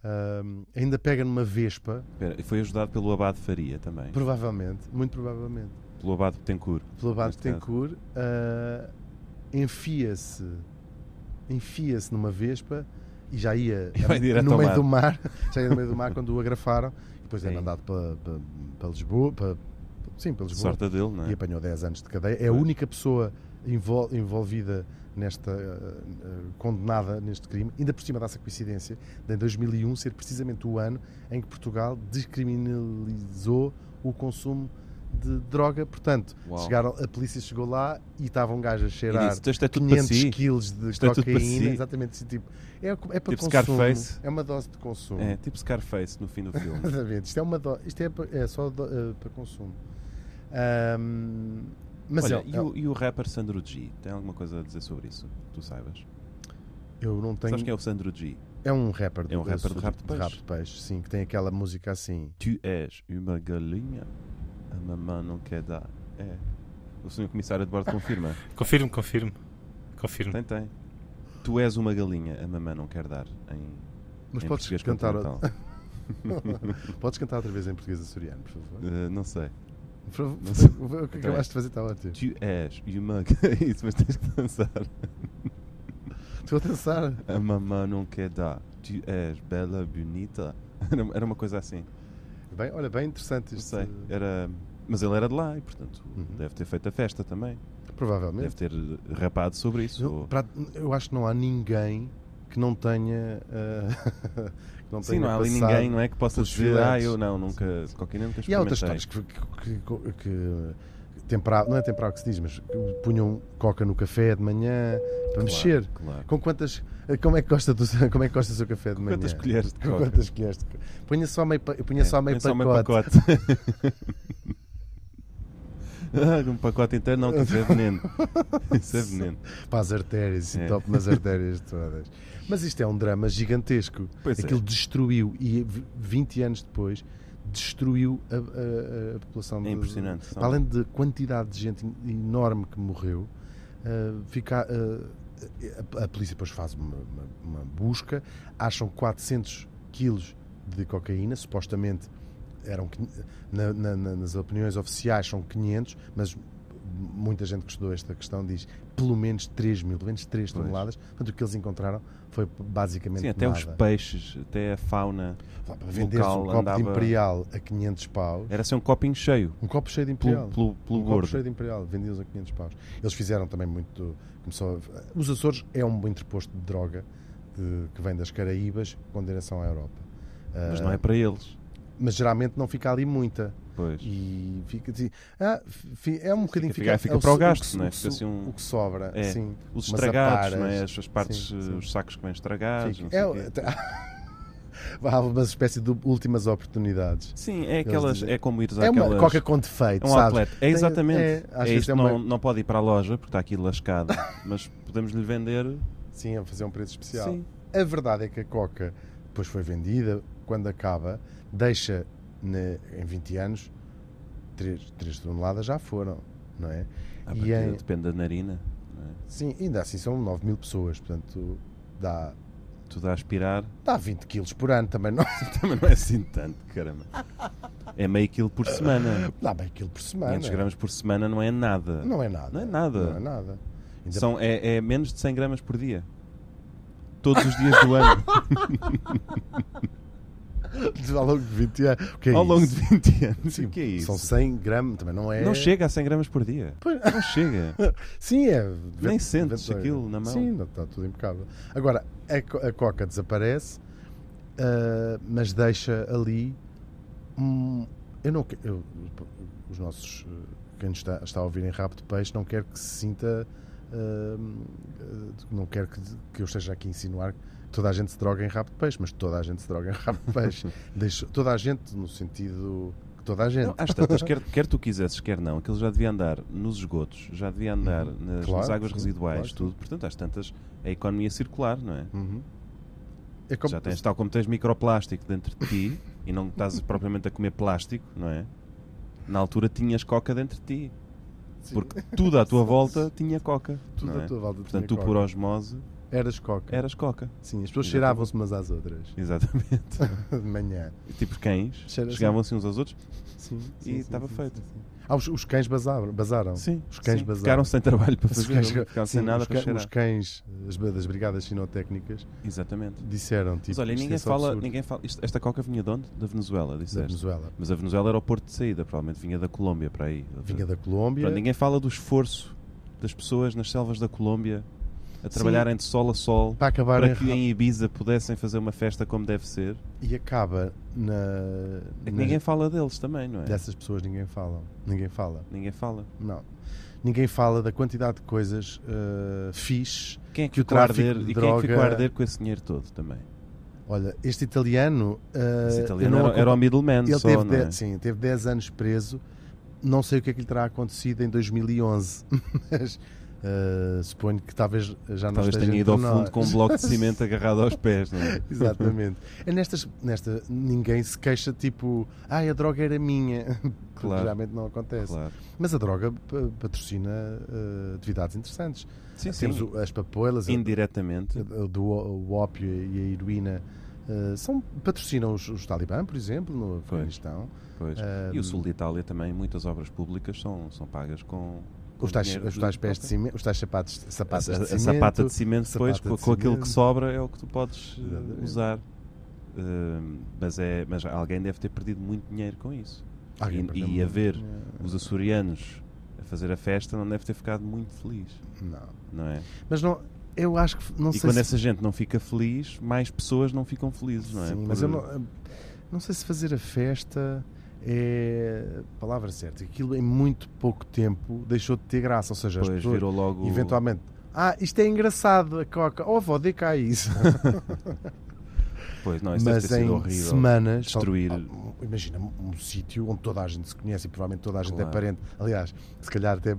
Speaker 2: ah, ainda pega numa vespa,
Speaker 3: Espera, e foi ajudado pelo Abade Faria também.
Speaker 2: provavelmente, muito provavelmente.
Speaker 3: Pelo Abade Betancourt.
Speaker 2: pelo Abado
Speaker 3: Neste caso.
Speaker 2: Tencourt, ah, enfia-se enfia-se numa vespa e já
Speaker 3: <laughs>
Speaker 2: ia
Speaker 3: E vai direto
Speaker 2: no
Speaker 3: ao
Speaker 2: meio
Speaker 3: mar.
Speaker 2: do mar, <laughs> já ia no meio do mar quando o agrafaram e depois é
Speaker 3: Sim.
Speaker 2: mandado para, para, para Lisboa, para, sim, para Lisboa
Speaker 3: Sorte a dele, não
Speaker 2: e
Speaker 3: é?
Speaker 2: apanhou 10 anos de cadeia. É a
Speaker 3: Pois.
Speaker 2: única pessoa envol- envolvida nesta eh, eh, condenada neste crime, ainda por cima dessa coincidência de em 2001 ser precisamente o ano em que Portugal descriminalizou o consumo de droga, portanto,
Speaker 3: Uau.
Speaker 2: chegaram, a polícia chegou lá e estavam um gajo a
Speaker 3: E
Speaker 2: cheirar
Speaker 3: disse, isto é tudo para
Speaker 2: 500
Speaker 3: si.
Speaker 2: quilos de
Speaker 3: Isto é tudo para
Speaker 2: cocaína,
Speaker 3: si.
Speaker 2: exatamente, assim, tipo, é, é para
Speaker 3: Tipo
Speaker 2: consumo,
Speaker 3: Scarface.
Speaker 2: é uma dose de consumo.
Speaker 3: É, tipo Scarface no fim do filme.
Speaker 2: Exatamente. Isto é, uma do- isto é, pa- é só do- eh, para consumo. Ahm, <laughs> mas
Speaker 3: Olha,
Speaker 2: é-
Speaker 3: e, o, e o rapper Sandro G? Tem alguma coisa a dizer sobre isso? Tu saibas?
Speaker 2: eu não tenho.
Speaker 3: Sabes quem é o Sandro G?
Speaker 2: é? um rapper do,
Speaker 3: É um
Speaker 2: do-
Speaker 3: rapper de rap de peixe.
Speaker 2: rap de peixe, sim, que tem aquela música assim.
Speaker 3: Tu és uma galinha, a mamã não quer dar. É. O senhor comissário de bordo confirma.
Speaker 4: Confirmo, confirmo. Confirmo.
Speaker 3: tem, tem. Tu és uma galinha, a mamã não quer dar. Em,
Speaker 2: Mas
Speaker 3: em
Speaker 2: podes
Speaker 3: português
Speaker 2: cantar,
Speaker 3: continental.
Speaker 2: podes cantar outra <laughs> vez em português açoriano, por favor.
Speaker 3: <laughs> Eh, não sei.
Speaker 2: Por favor,
Speaker 3: Não sei.
Speaker 2: <laughs> O que
Speaker 3: Então é.
Speaker 2: acabaste de fazer está ótimo.
Speaker 3: Tu és uma. <laughs> é Isso, mas tens que dançar.
Speaker 2: Estou a dançar.
Speaker 3: A mamã não quer dar. Tu és bela, bonita. <laughs> Era, era uma coisa assim.
Speaker 2: Bem, olha, bem interessante
Speaker 3: Não
Speaker 2: isto.
Speaker 3: sei. Era. Mas ele era de lá e, portanto,
Speaker 2: Uhum.
Speaker 3: deve ter feito a festa também. Deve
Speaker 2: Eh, Provavelmente.
Speaker 3: ter eh, rapado sobre isso.
Speaker 2: Eu,
Speaker 3: ou-
Speaker 2: pra- eu acho que não há ninguém que não tenha. ah, <laughs> que não
Speaker 3: Sim,
Speaker 2: tenha
Speaker 3: não há ali
Speaker 2: passado-
Speaker 3: ninguém, não é? Que possa
Speaker 2: pelos
Speaker 3: dizer, ah,
Speaker 2: violentos."
Speaker 3: eu não, nunca. Cocaína nunca
Speaker 2: E há outras
Speaker 3: experimentei."
Speaker 2: histórias que, que, que, que temperado, não é temperado que se diz, mas que punham coca no café de manhã para
Speaker 3: Claro,
Speaker 2: mexer.
Speaker 3: Claro.
Speaker 2: Com quantas. Como é que gosta do, <laughs> como é que gosta do seu café de manhã?
Speaker 3: Quantas colheres de
Speaker 2: Com
Speaker 3: coca?
Speaker 2: quantas colheres de coca? Punha só meio, pa- eu punha só meio
Speaker 3: põe É, só
Speaker 2: pacote.
Speaker 3: meio
Speaker 2: <laughs>
Speaker 3: pacote. Ah, um pacote inteiro não, que isso é veneno. Isso é veneno.
Speaker 2: <laughs> Para as artérias,
Speaker 3: É.
Speaker 2: e top nas artérias <laughs> todas. Mas isto é um drama gigantesco.
Speaker 3: Pois é.
Speaker 2: Aquilo destruiu e v- 20 anos depois destruiu a, a- a população.
Speaker 3: É
Speaker 2: do-
Speaker 3: impressionante.
Speaker 2: Para além da quantidade de gente en- enorme que morreu, ah, fica, ah, a, a polícia depois faz uma, uma- uma busca, acham 400 quilos de cocaína, supostamente eram quin- na- na- na- nas opiniões oficiais são 500, mas muita gente que estudou esta questão diz pelo menos 3 mil, pelo menos 3
Speaker 3: Pois.
Speaker 2: toneladas. Portanto, o que eles encontraram foi basicamente
Speaker 3: Sim, até
Speaker 2: nada.
Speaker 3: os peixes, até a fauna.
Speaker 2: Pá, Para vender
Speaker 3: local
Speaker 2: um copo
Speaker 3: andava-
Speaker 2: de imperial a 500 paus,
Speaker 3: Era ser um copinho cheio,
Speaker 2: um copo cheio de
Speaker 3: pelo,
Speaker 2: imperial.
Speaker 3: pelo, pelo
Speaker 2: um copo
Speaker 3: gordo.
Speaker 2: cheio de imperial, vendiam-os a 500 paus. Eles fizeram também muito. Começou a- os Açores é um interposto de droga de- que vem das Caraíbas com direção à Europa.
Speaker 3: Mas
Speaker 2: Ah,
Speaker 3: não é para eles.
Speaker 2: mas geralmente não fica ali muita.
Speaker 3: Pois.
Speaker 2: E fica assim. ah, fi- é um bocadinho.
Speaker 3: fica- fica
Speaker 2: é o
Speaker 3: para o
Speaker 2: so-
Speaker 3: gasto,
Speaker 2: que-
Speaker 3: não é?
Speaker 2: o que
Speaker 3: Fica
Speaker 2: so-
Speaker 3: assim um-
Speaker 2: O que sobra,
Speaker 3: É.
Speaker 2: sim. Mas
Speaker 3: Os estragados,
Speaker 2: aparas,
Speaker 3: não é? As, as partes,
Speaker 2: sim, sim.
Speaker 3: os sacos que vêm estragados.
Speaker 2: Fica-
Speaker 3: não sei
Speaker 2: é
Speaker 3: o
Speaker 2: o-
Speaker 3: quê.
Speaker 2: <laughs> Há uma espécie de últimas oportunidades.
Speaker 3: Sim, é aquelas.
Speaker 2: dizem-
Speaker 3: É como ires
Speaker 2: É uma
Speaker 3: àquelas-
Speaker 2: coca com defeito,
Speaker 3: É um
Speaker 2: sabes?
Speaker 3: outlet. É
Speaker 2: Tem-
Speaker 3: exatamente.
Speaker 2: é,
Speaker 3: É,
Speaker 2: às vezes
Speaker 3: isto
Speaker 2: é uma-
Speaker 3: não, não pode ir para a loja porque está
Speaker 2: <laughs>
Speaker 3: aqui lascado. mas podemos lhe vender.
Speaker 2: Sim, a fazer um preço especial.
Speaker 3: Sim.
Speaker 2: A verdade é que a Coca depois foi vendida, quando acaba, deixa né, em 20 anos 3, toneladas já foram, não é?
Speaker 3: À
Speaker 2: E
Speaker 3: partida,
Speaker 2: em-
Speaker 3: Ah, Depende da narina. não é?
Speaker 2: Sim, ainda assim são 9 mil pessoas, portanto dá,
Speaker 3: Tudo a aspirar. <laughs>
Speaker 2: dá 20 quilos por ano também, não
Speaker 3: Também não é assim tanto, caramba. É meio quilo por semana.
Speaker 2: dá bem quilo por
Speaker 3: 500
Speaker 2: semana.
Speaker 3: gramas por semana não é nada.
Speaker 2: Não é nada.
Speaker 3: Não é nada.
Speaker 2: Não é nada. Ainda-
Speaker 3: São, é, é menos de 100 gramas por dia. Todos os dias
Speaker 2: <laughs>
Speaker 3: do ano.
Speaker 2: Ao longo de 20 anos. O que é
Speaker 3: ao longo
Speaker 2: isso?
Speaker 3: de 20 anos.
Speaker 2: Sim,
Speaker 3: o que é isso?
Speaker 2: São 100 gramas, também não é.
Speaker 3: Não chega a 100 gramas por dia.
Speaker 2: Pois. <laughs>
Speaker 3: Não chega.
Speaker 2: Sim, é.
Speaker 3: Nem
Speaker 2: vento-
Speaker 3: sentes
Speaker 2: ventoeira.
Speaker 3: aquilo na mão.
Speaker 2: Sim, não, está tudo impecável. Agora, a, co- a coca desaparece, ah, mas deixa ali. hum, eu não que- eu- Os nossos. eh, Quem nos está, está a ouvir em rabo de peixe não quer que se sinta. hum, eh, não quero que, que eu esteja aqui a insinuar que toda a gente se droga em rabo de peixe, mas toda a gente se droga em rabo de
Speaker 3: <laughs>
Speaker 2: peixe. Deixa- toda a gente, no sentido. que Toda a gente.
Speaker 3: Não, às tantas, quer, quer tu quisesses, quer não, aquilo já devia andar nos esgotos, já devia andar nas,
Speaker 2: Hum, Claro,
Speaker 3: nas águas
Speaker 2: sim,
Speaker 3: residuais,
Speaker 2: claro, sim.
Speaker 3: tudo. Portanto, às tantas, é a economia circular, não é?
Speaker 2: Uhum. É como-
Speaker 3: Já tens, tal como tens microplástico dentro de ti
Speaker 2: <laughs>
Speaker 3: e não estás propriamente a comer plástico, não é? Na altura tinhas coca dentro de ti,
Speaker 2: Sim,
Speaker 3: porque tudo à tua volta tinha coca.
Speaker 2: tudo
Speaker 3: não
Speaker 2: à
Speaker 3: é?
Speaker 2: tua volta
Speaker 3: Portanto,
Speaker 2: tinha
Speaker 3: tu por
Speaker 2: coca.
Speaker 3: osmose
Speaker 2: Eras coca.
Speaker 3: eras coca. <laughs>
Speaker 2: Sim, as pessoas
Speaker 3: Exatamente.
Speaker 2: cheiravam-se umas às outras <laughs>
Speaker 3: Exatamente.
Speaker 2: de manhã.
Speaker 3: tipo cães,
Speaker 2: Cheira assim.
Speaker 3: chegavam-se uns aos outros
Speaker 2: Sim,
Speaker 3: e estava feito.
Speaker 2: Ah, os, os cães bazaram, bazaram.
Speaker 3: Sim,
Speaker 2: Os cães
Speaker 3: sim.
Speaker 2: bazaram.
Speaker 3: Ficaram sem trabalho para
Speaker 2: Os
Speaker 3: fazer,
Speaker 2: cães,
Speaker 3: não
Speaker 2: <laughs>
Speaker 3: é? ficaram sem
Speaker 2: sim,
Speaker 3: nada
Speaker 2: os,
Speaker 3: para
Speaker 2: cã-
Speaker 3: cheirar.
Speaker 2: os cães as ba- das brigadas sinotécnicas
Speaker 3: Exatamente.
Speaker 2: disseram tipo.
Speaker 3: Mas olha,
Speaker 2: "Isto é
Speaker 3: ninguém
Speaker 2: só
Speaker 3: fala,
Speaker 2: absurdo."
Speaker 3: ninguém fala. isto- esta coca vinha de onde? Da Venezuela,
Speaker 2: da
Speaker 3: disseste.
Speaker 2: Venezuela.
Speaker 3: Mas a Venezuela era o porto de saída, provavelmente vinha da Colômbia para aí.
Speaker 2: Vinha da Colômbia.
Speaker 3: Pronto, ninguém fala do esforço das pessoas nas selvas da Colômbia a trabalharem de sol a sol
Speaker 2: Para acabar
Speaker 3: para
Speaker 2: em
Speaker 3: que
Speaker 2: Ra-
Speaker 3: em Ibiza pudessem fazer uma festa como deve ser.
Speaker 2: E acaba na.
Speaker 3: É que
Speaker 2: nas-
Speaker 3: ninguém fala deles também, não é?
Speaker 2: Dessas pessoas ninguém fala. Ninguém fala.
Speaker 3: Ninguém fala.
Speaker 2: Não. Ninguém fala da quantidade de coisas uh, fixe
Speaker 3: Quem é que,
Speaker 2: Que o
Speaker 3: ficou a
Speaker 2: tráfico
Speaker 3: arder
Speaker 2: de
Speaker 3: e quem é que ficou a
Speaker 2: droga-
Speaker 3: arder com esse dinheiro todo também?
Speaker 2: Olha, este italiano. eh,
Speaker 3: Esse
Speaker 2: eu
Speaker 3: italiano
Speaker 2: não
Speaker 3: era, era o middleman
Speaker 2: Ele
Speaker 3: só,
Speaker 2: teve,
Speaker 3: não é?
Speaker 2: dez- sim, teve 10 anos preso. Não sei o que é que lhe terá acontecido em 2011, <laughs> mas eh, suponho que talvez já não
Speaker 3: Talvez
Speaker 2: esteja
Speaker 3: tenha ido ao
Speaker 2: entre
Speaker 3: fundo
Speaker 2: nós.
Speaker 3: com um bloco de cimento agarrado aos pés, não é?
Speaker 2: <laughs> Exatamente. É nestas, nesta, ninguém se queixa, tipo, ai, a droga era minha. <laughs> Porque
Speaker 3: Claro.
Speaker 2: Geralmente não acontece.
Speaker 3: Claro.
Speaker 2: Mas a droga pa- patrocina eh, atividades interessantes.
Speaker 3: Sim,
Speaker 2: Temos
Speaker 3: sim.
Speaker 2: o- as papoelas, a-
Speaker 3: Indiretamente.
Speaker 2: a- do o o ópio e a heroína. eh, são, patrocinam os, os talibã, por exemplo, no
Speaker 3: Pois.
Speaker 2: Afeganistão.
Speaker 3: Pois. E
Speaker 2: Ehm,
Speaker 3: o sul de Itália também, muitas obras públicas são, são pagas com. com
Speaker 2: Os tais,
Speaker 3: dinheiro
Speaker 2: os tais
Speaker 3: do-
Speaker 2: pés de cimento, os tais sapatos,
Speaker 3: A, a,
Speaker 2: sapatos de
Speaker 3: a
Speaker 2: cimento.
Speaker 3: sapata de cimento, depois,
Speaker 2: sapata
Speaker 3: com,
Speaker 2: de
Speaker 3: com aquilo que
Speaker 2: cimento.
Speaker 3: sobra, é o que tu podes eh,
Speaker 2: Exatamente.
Speaker 3: usar. Eh, mas, é, mas alguém deve ter perdido muito dinheiro com isso.
Speaker 2: Alguém
Speaker 3: e-
Speaker 2: perdeu
Speaker 3: e
Speaker 2: muito.
Speaker 3: haver- Os açorianos a fazer a festa não deve ter ficado muito feliz,
Speaker 2: Não.
Speaker 3: não é?
Speaker 2: Mas não, eu acho que não
Speaker 3: e
Speaker 2: sei
Speaker 3: quando
Speaker 2: se,
Speaker 3: essa gente não fica feliz, mais pessoas não ficam felizes, não é?
Speaker 2: Sim, mas
Speaker 3: Por-
Speaker 2: eu não, não sei se fazer a festa é a palavra certa. Aquilo em muito pouco tempo deixou de ter graça, ou seja, as
Speaker 3: depois
Speaker 2: pessoas
Speaker 3: virou logo.
Speaker 2: eventualmente ah, isto é engraçado, a coca. Oh, vó, dê cá
Speaker 3: <laughs>
Speaker 2: isso.
Speaker 3: Pois, não, isso
Speaker 2: Mas
Speaker 3: deve ter
Speaker 2: em
Speaker 3: sido horrível.
Speaker 2: semanas.
Speaker 3: Destruir-
Speaker 2: Ah, Imagina um, um sítio onde toda a gente se conhece e provavelmente toda a gente
Speaker 3: Claro.
Speaker 2: é parente. Aliás, se calhar até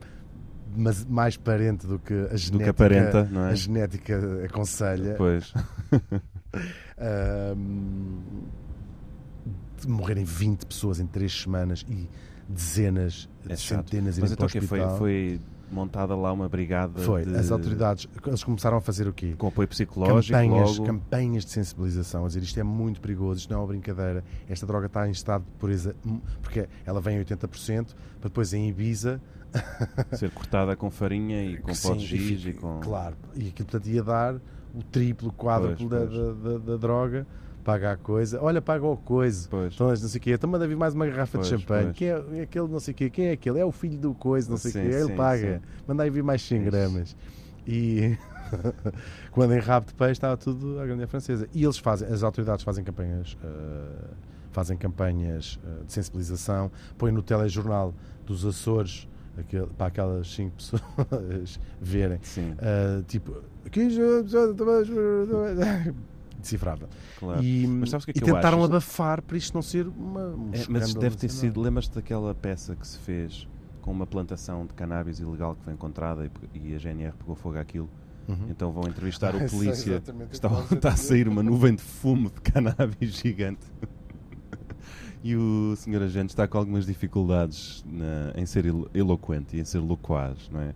Speaker 2: mas mais parente do que a
Speaker 3: Do que
Speaker 2: genética.
Speaker 3: aparenta, não é?
Speaker 2: A genética aconselha
Speaker 3: Pois. é
Speaker 2: <laughs> ahm, de morrerem 20 pessoas em 3 semanas e dezenas,
Speaker 3: É chato.
Speaker 2: centenas irem
Speaker 3: Mas
Speaker 2: para o
Speaker 3: então o quê? Foi,
Speaker 2: hospital.
Speaker 3: foi montada lá uma brigada.
Speaker 2: Foi,
Speaker 3: de-
Speaker 2: as autoridades, eles começaram a fazer o quê?
Speaker 3: Com apoio psicológico.
Speaker 2: Campanhas,
Speaker 3: logo.
Speaker 2: campanhas de sensibilização, a dizer isto é muito perigoso, isto não é uma brincadeira, esta droga está em estado de pureza, hum, porque ela vem em 80%, para depois em Ibiza
Speaker 3: ser cortada com farinha e com
Speaker 2: que
Speaker 3: pó de
Speaker 2: sim, e
Speaker 3: giz
Speaker 2: fica-
Speaker 3: e com.
Speaker 2: Claro, e aquilo portanto ia dar o triplo, o quádruplo
Speaker 3: Pois,
Speaker 2: da,
Speaker 3: pois.
Speaker 2: da- da- da droga, paga a coisa, olha, paga o coisa.
Speaker 3: Pois.
Speaker 2: Então, não sei o quê, então manda vir mais uma garrafa de
Speaker 3: Pois,
Speaker 2: champanhe.
Speaker 3: pois.
Speaker 2: Quem é, é aquele, não sei o quê, quem é aquele? É o filho do coisa, não sei o
Speaker 3: Sim,
Speaker 2: quê, ele
Speaker 3: sim,
Speaker 2: paga. Manda aí vir mais 100
Speaker 3: Isso.
Speaker 2: gramas. E <laughs> quando em rabo de peixe estava tudo à grande francesa. E eles fazem, as autoridades fazem campanhas, eh, fazem campanhas eh, de sensibilização, põem no telejornal dos Açores aquele- para aquelas 5 <laughs> pessoas verem.
Speaker 3: Sim,
Speaker 2: Uh, tipo, 15 <laughs> decifrável.
Speaker 3: claro.
Speaker 2: E,
Speaker 3: Mas sabes o que é
Speaker 2: e
Speaker 3: que eu
Speaker 2: tentaram
Speaker 3: acho?
Speaker 2: abafar para isto não ser uma. Um
Speaker 3: É, mas
Speaker 2: escândalo
Speaker 3: isso deve ter
Speaker 2: nacional.
Speaker 3: sido. Lembras-te daquela peça que se fez com uma plantação de cannabis ilegal que foi encontrada e, pe- e a GNR pegou fogo àquilo?
Speaker 2: Uhum.
Speaker 3: Então vão entrevistar o
Speaker 2: Sei
Speaker 3: polícia.
Speaker 2: exatamente o que
Speaker 3: Está,
Speaker 2: estás a
Speaker 3: está a
Speaker 2: dizer.
Speaker 3: sair uma nuvem de fumo de cannabis <laughs> gigante. E o senhor agente está com algumas dificuldades na- em ser elo- eloquente e em ser loquaz, não é?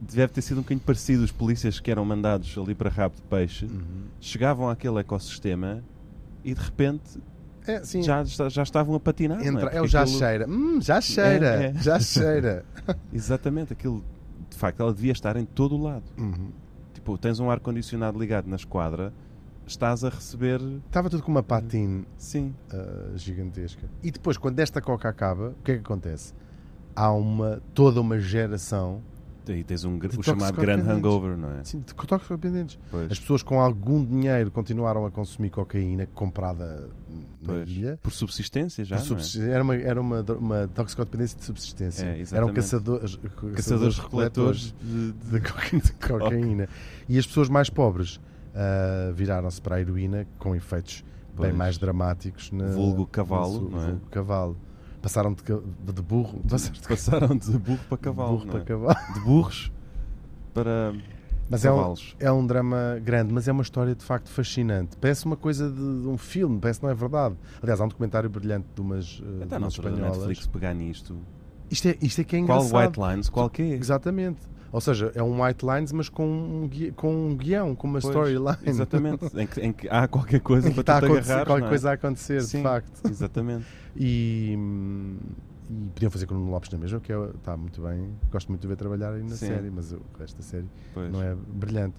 Speaker 3: Deve ter sido um bocadinho parecido os polícias que eram mandados ali para rabo de peixe,
Speaker 2: Uhum.
Speaker 3: chegavam àquele ecossistema e de repente
Speaker 2: É, sim.
Speaker 3: já, está- já estavam a patinar. não
Speaker 2: Entra, é
Speaker 3: é?
Speaker 2: o
Speaker 3: Porque
Speaker 2: já
Speaker 3: aquilo-
Speaker 2: cheira. Hum, já cheira.
Speaker 3: É, é.
Speaker 2: Já cheira.
Speaker 3: Exatamente, aquilo de facto ela devia estar em todo o lado.
Speaker 2: Uhum.
Speaker 3: Tipo, tens um ar-condicionado ligado na esquadra, estás a receber.
Speaker 2: Estava tudo com uma patine
Speaker 3: Sim,
Speaker 2: uh, gigantesca. E depois, quando esta coca acaba, o que é que acontece? Há uma, toda uma geração
Speaker 3: Aí tens um, gr-
Speaker 2: De
Speaker 3: o chamado grande
Speaker 2: toxicodependentes.
Speaker 3: hangover, não é?
Speaker 2: assim, de toxicodependentes.
Speaker 3: Pois.
Speaker 2: As pessoas com algum dinheiro continuaram a consumir cocaína comprada na
Speaker 3: Pois.
Speaker 2: ilha.
Speaker 3: Por subsistência já, é?
Speaker 2: Por subsist- Era, uma, era uma, dro- uma toxicodependência de subsistência.
Speaker 3: É,
Speaker 2: Eram
Speaker 3: exatamente.
Speaker 2: caçadores,
Speaker 3: não é? Caçadores-recoletores de, de-
Speaker 2: de, coca- de cocaína. E as pessoas mais pobres ah, viraram-se para a heroína com efeitos
Speaker 3: Pois.
Speaker 2: bem mais dramáticos. Na,
Speaker 3: Vulgo
Speaker 2: no
Speaker 3: cavalo,
Speaker 2: sul-
Speaker 3: não é?
Speaker 2: vulgo cavalo. Passaram de, ca- de burro, passaram de
Speaker 3: passaram de burro para cavalo,
Speaker 2: burro
Speaker 3: não
Speaker 2: para
Speaker 3: é?
Speaker 2: cavalo.
Speaker 3: de burros para
Speaker 2: <laughs> Mas é um,
Speaker 3: cavalos.
Speaker 2: é um drama grande, mas é uma história de facto fascinante. Parece uma coisa de, de um filme, parece que não é verdade. Aliás, há um documentário brilhante de umas, eh, de
Speaker 3: Até Então, na
Speaker 2: umas
Speaker 3: altura da
Speaker 2: espanholas.
Speaker 3: Netflix pegar nisto.
Speaker 2: Isto é, isto é que é
Speaker 3: Qual
Speaker 2: engraçado.
Speaker 3: White Lines, qual que é?
Speaker 2: Exatamente. Ou seja, é um white lines, mas com um, gui- com um guião, com uma
Speaker 3: Pois,
Speaker 2: storyline.
Speaker 3: Exatamente, em que, em que há qualquer coisa
Speaker 2: Em que
Speaker 3: para
Speaker 2: está Tá a
Speaker 3: tu te
Speaker 2: acontecer,
Speaker 3: agarrar. é?
Speaker 2: qualquer coisa a acontecer,
Speaker 3: Sim.
Speaker 2: de facto.
Speaker 3: <laughs> Exatamente.
Speaker 2: E, hum, e podiam fazer com o Nuno Lopes na mesma, que é- está muito bem. Gosto muito de ver trabalhar aí na
Speaker 3: Sim.
Speaker 2: série, mas o resto da série
Speaker 3: Pois.
Speaker 2: não é brilhante.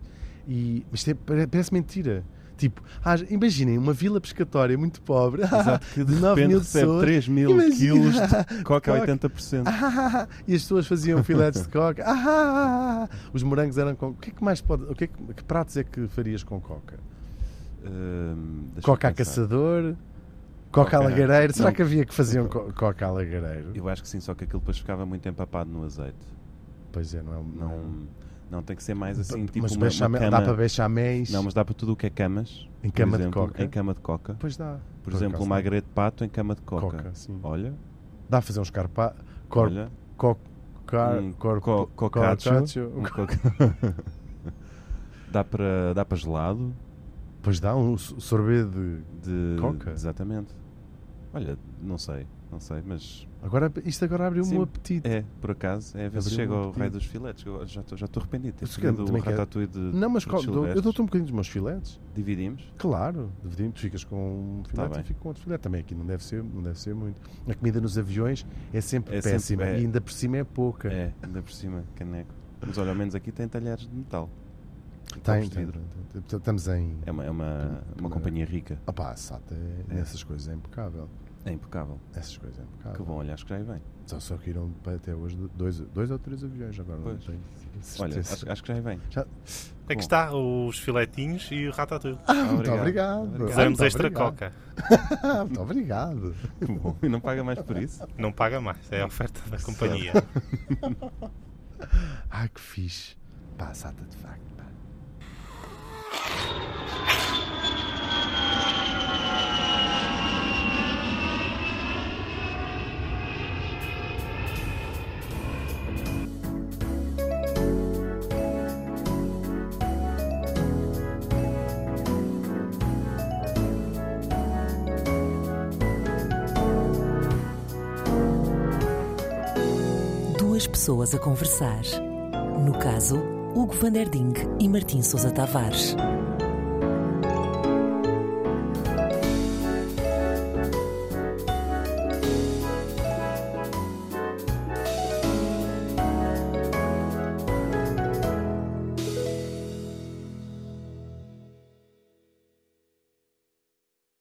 Speaker 2: E, mas isto é- pare- parece mentira. Tipo, ah, imaginem uma vila pescatória muito pobre. <laughs>
Speaker 3: Exato, que de
Speaker 2: De nove
Speaker 3: repente
Speaker 2: mil
Speaker 3: recebe
Speaker 2: pessoas.
Speaker 3: 3 mil
Speaker 2: Imagina.
Speaker 3: quilos de coca a
Speaker 2: Coca.
Speaker 3: 80%.
Speaker 2: Ah, <laughs> e as pessoas faziam filetes de coca. <laughs> Ah, os morangos eram com. O que é que mais pode. O que, é que, que pratos é que farias com coca?
Speaker 3: Hum, deixa-me
Speaker 2: Coca a
Speaker 3: pensar.
Speaker 2: caçador? Coca a
Speaker 3: Coca-
Speaker 2: lagareiro? Será
Speaker 3: não.
Speaker 2: que havia que faziam co- coca a lagareiro?
Speaker 3: Eu acho que sim, só que aquilo depois ficava muito empapado no azeite.
Speaker 2: Pois é, não é.
Speaker 3: Não, não tem que ser mais assim, tipo
Speaker 2: mas
Speaker 3: uma, uma
Speaker 2: bechamel-
Speaker 3: cama.
Speaker 2: dá para bechaméis
Speaker 3: Não, mas dá para tudo o que é camas.
Speaker 2: em
Speaker 3: por
Speaker 2: cama
Speaker 3: exemplo,
Speaker 2: de coca?
Speaker 3: Em cama de coca. Por,
Speaker 2: Pois dá.
Speaker 3: exemplo,
Speaker 2: acaso
Speaker 3: um
Speaker 2: dá.
Speaker 3: magreto de pato em cama de coca.
Speaker 2: Coca, sim.
Speaker 3: Olha,
Speaker 2: Dá para fazer uns carpa. Cor...
Speaker 3: olha.
Speaker 2: Cor... Car...
Speaker 3: um
Speaker 2: cor-
Speaker 3: co- cocacho.
Speaker 2: corcacho.
Speaker 3: Um coca- <laughs> dá para dá para gelado
Speaker 2: Pois dá, um so- sorvete de.
Speaker 3: de
Speaker 2: Coca?
Speaker 3: Exatamente. Olha, não sei, não sei, mas
Speaker 2: Agora, isto agora abriu-me
Speaker 3: Sim.
Speaker 2: o apetite.
Speaker 3: é, por acaso, é, às vezes
Speaker 2: Abriu-me
Speaker 3: chega
Speaker 2: um
Speaker 3: ao raio
Speaker 2: apetite.
Speaker 3: dos filetes, que eu já estou já estou arrependido.
Speaker 2: Eu
Speaker 3: Temos
Speaker 2: se
Speaker 3: comido
Speaker 2: calhar
Speaker 3: o
Speaker 2: também quero-
Speaker 3: ratatouille de
Speaker 2: Não, mas
Speaker 3: É de
Speaker 2: qual- dou- eu
Speaker 3: silvestres.
Speaker 2: dou-te um bocadinho dos meus filetes.
Speaker 3: Dividimos?
Speaker 2: Claro, dividimos, tu ficas com um filete
Speaker 3: Tá bem.
Speaker 2: e fico com outro filete. Também aqui não deve, ser, não deve ser muito. A comida nos aviões é sempre
Speaker 3: É sempre-
Speaker 2: péssima
Speaker 3: é.
Speaker 2: e ainda por cima é pouca.
Speaker 3: É, ainda por cima, caneco. Mas olha, ao menos aqui tem talheres de metal. E
Speaker 2: Tem,
Speaker 3: copos de
Speaker 2: tem,
Speaker 3: vidro.
Speaker 2: tem, tem. Portanto, Estamos em.
Speaker 3: É uma, é uma, uma companhia rica.
Speaker 2: Opá, a SATA é-
Speaker 3: É.
Speaker 2: nessas coisas é impecável.
Speaker 3: É impecável.
Speaker 2: Essas coisas é impecável.
Speaker 3: Que bom, olha, acho que já aí vem.
Speaker 2: Só, só que irão para até hoje dois, dois ou três aviões agora,
Speaker 3: Pois.
Speaker 2: não tenho
Speaker 3: Olha,
Speaker 2: certeza. <laughs>
Speaker 3: acho, acho que já aí vem.
Speaker 2: Já-
Speaker 4: É que está os filetinhos e o ratatouille.
Speaker 3: ah,
Speaker 2: muito obrigado. Ah,
Speaker 4: Fizemos
Speaker 2: muito
Speaker 4: extra
Speaker 2: obrigado.
Speaker 4: coca.
Speaker 2: Ah, muito obrigado. <laughs>
Speaker 3: Que bom. <laughs> E não paga mais por isso?
Speaker 4: Não paga mais, é a oferta da companhia.
Speaker 2: Ah, que fixe. Pá, a SATA de facto. pá.
Speaker 1: Duas pessoas a conversar, No caso, Hugo van der Ding e Martim Sousa Tavares.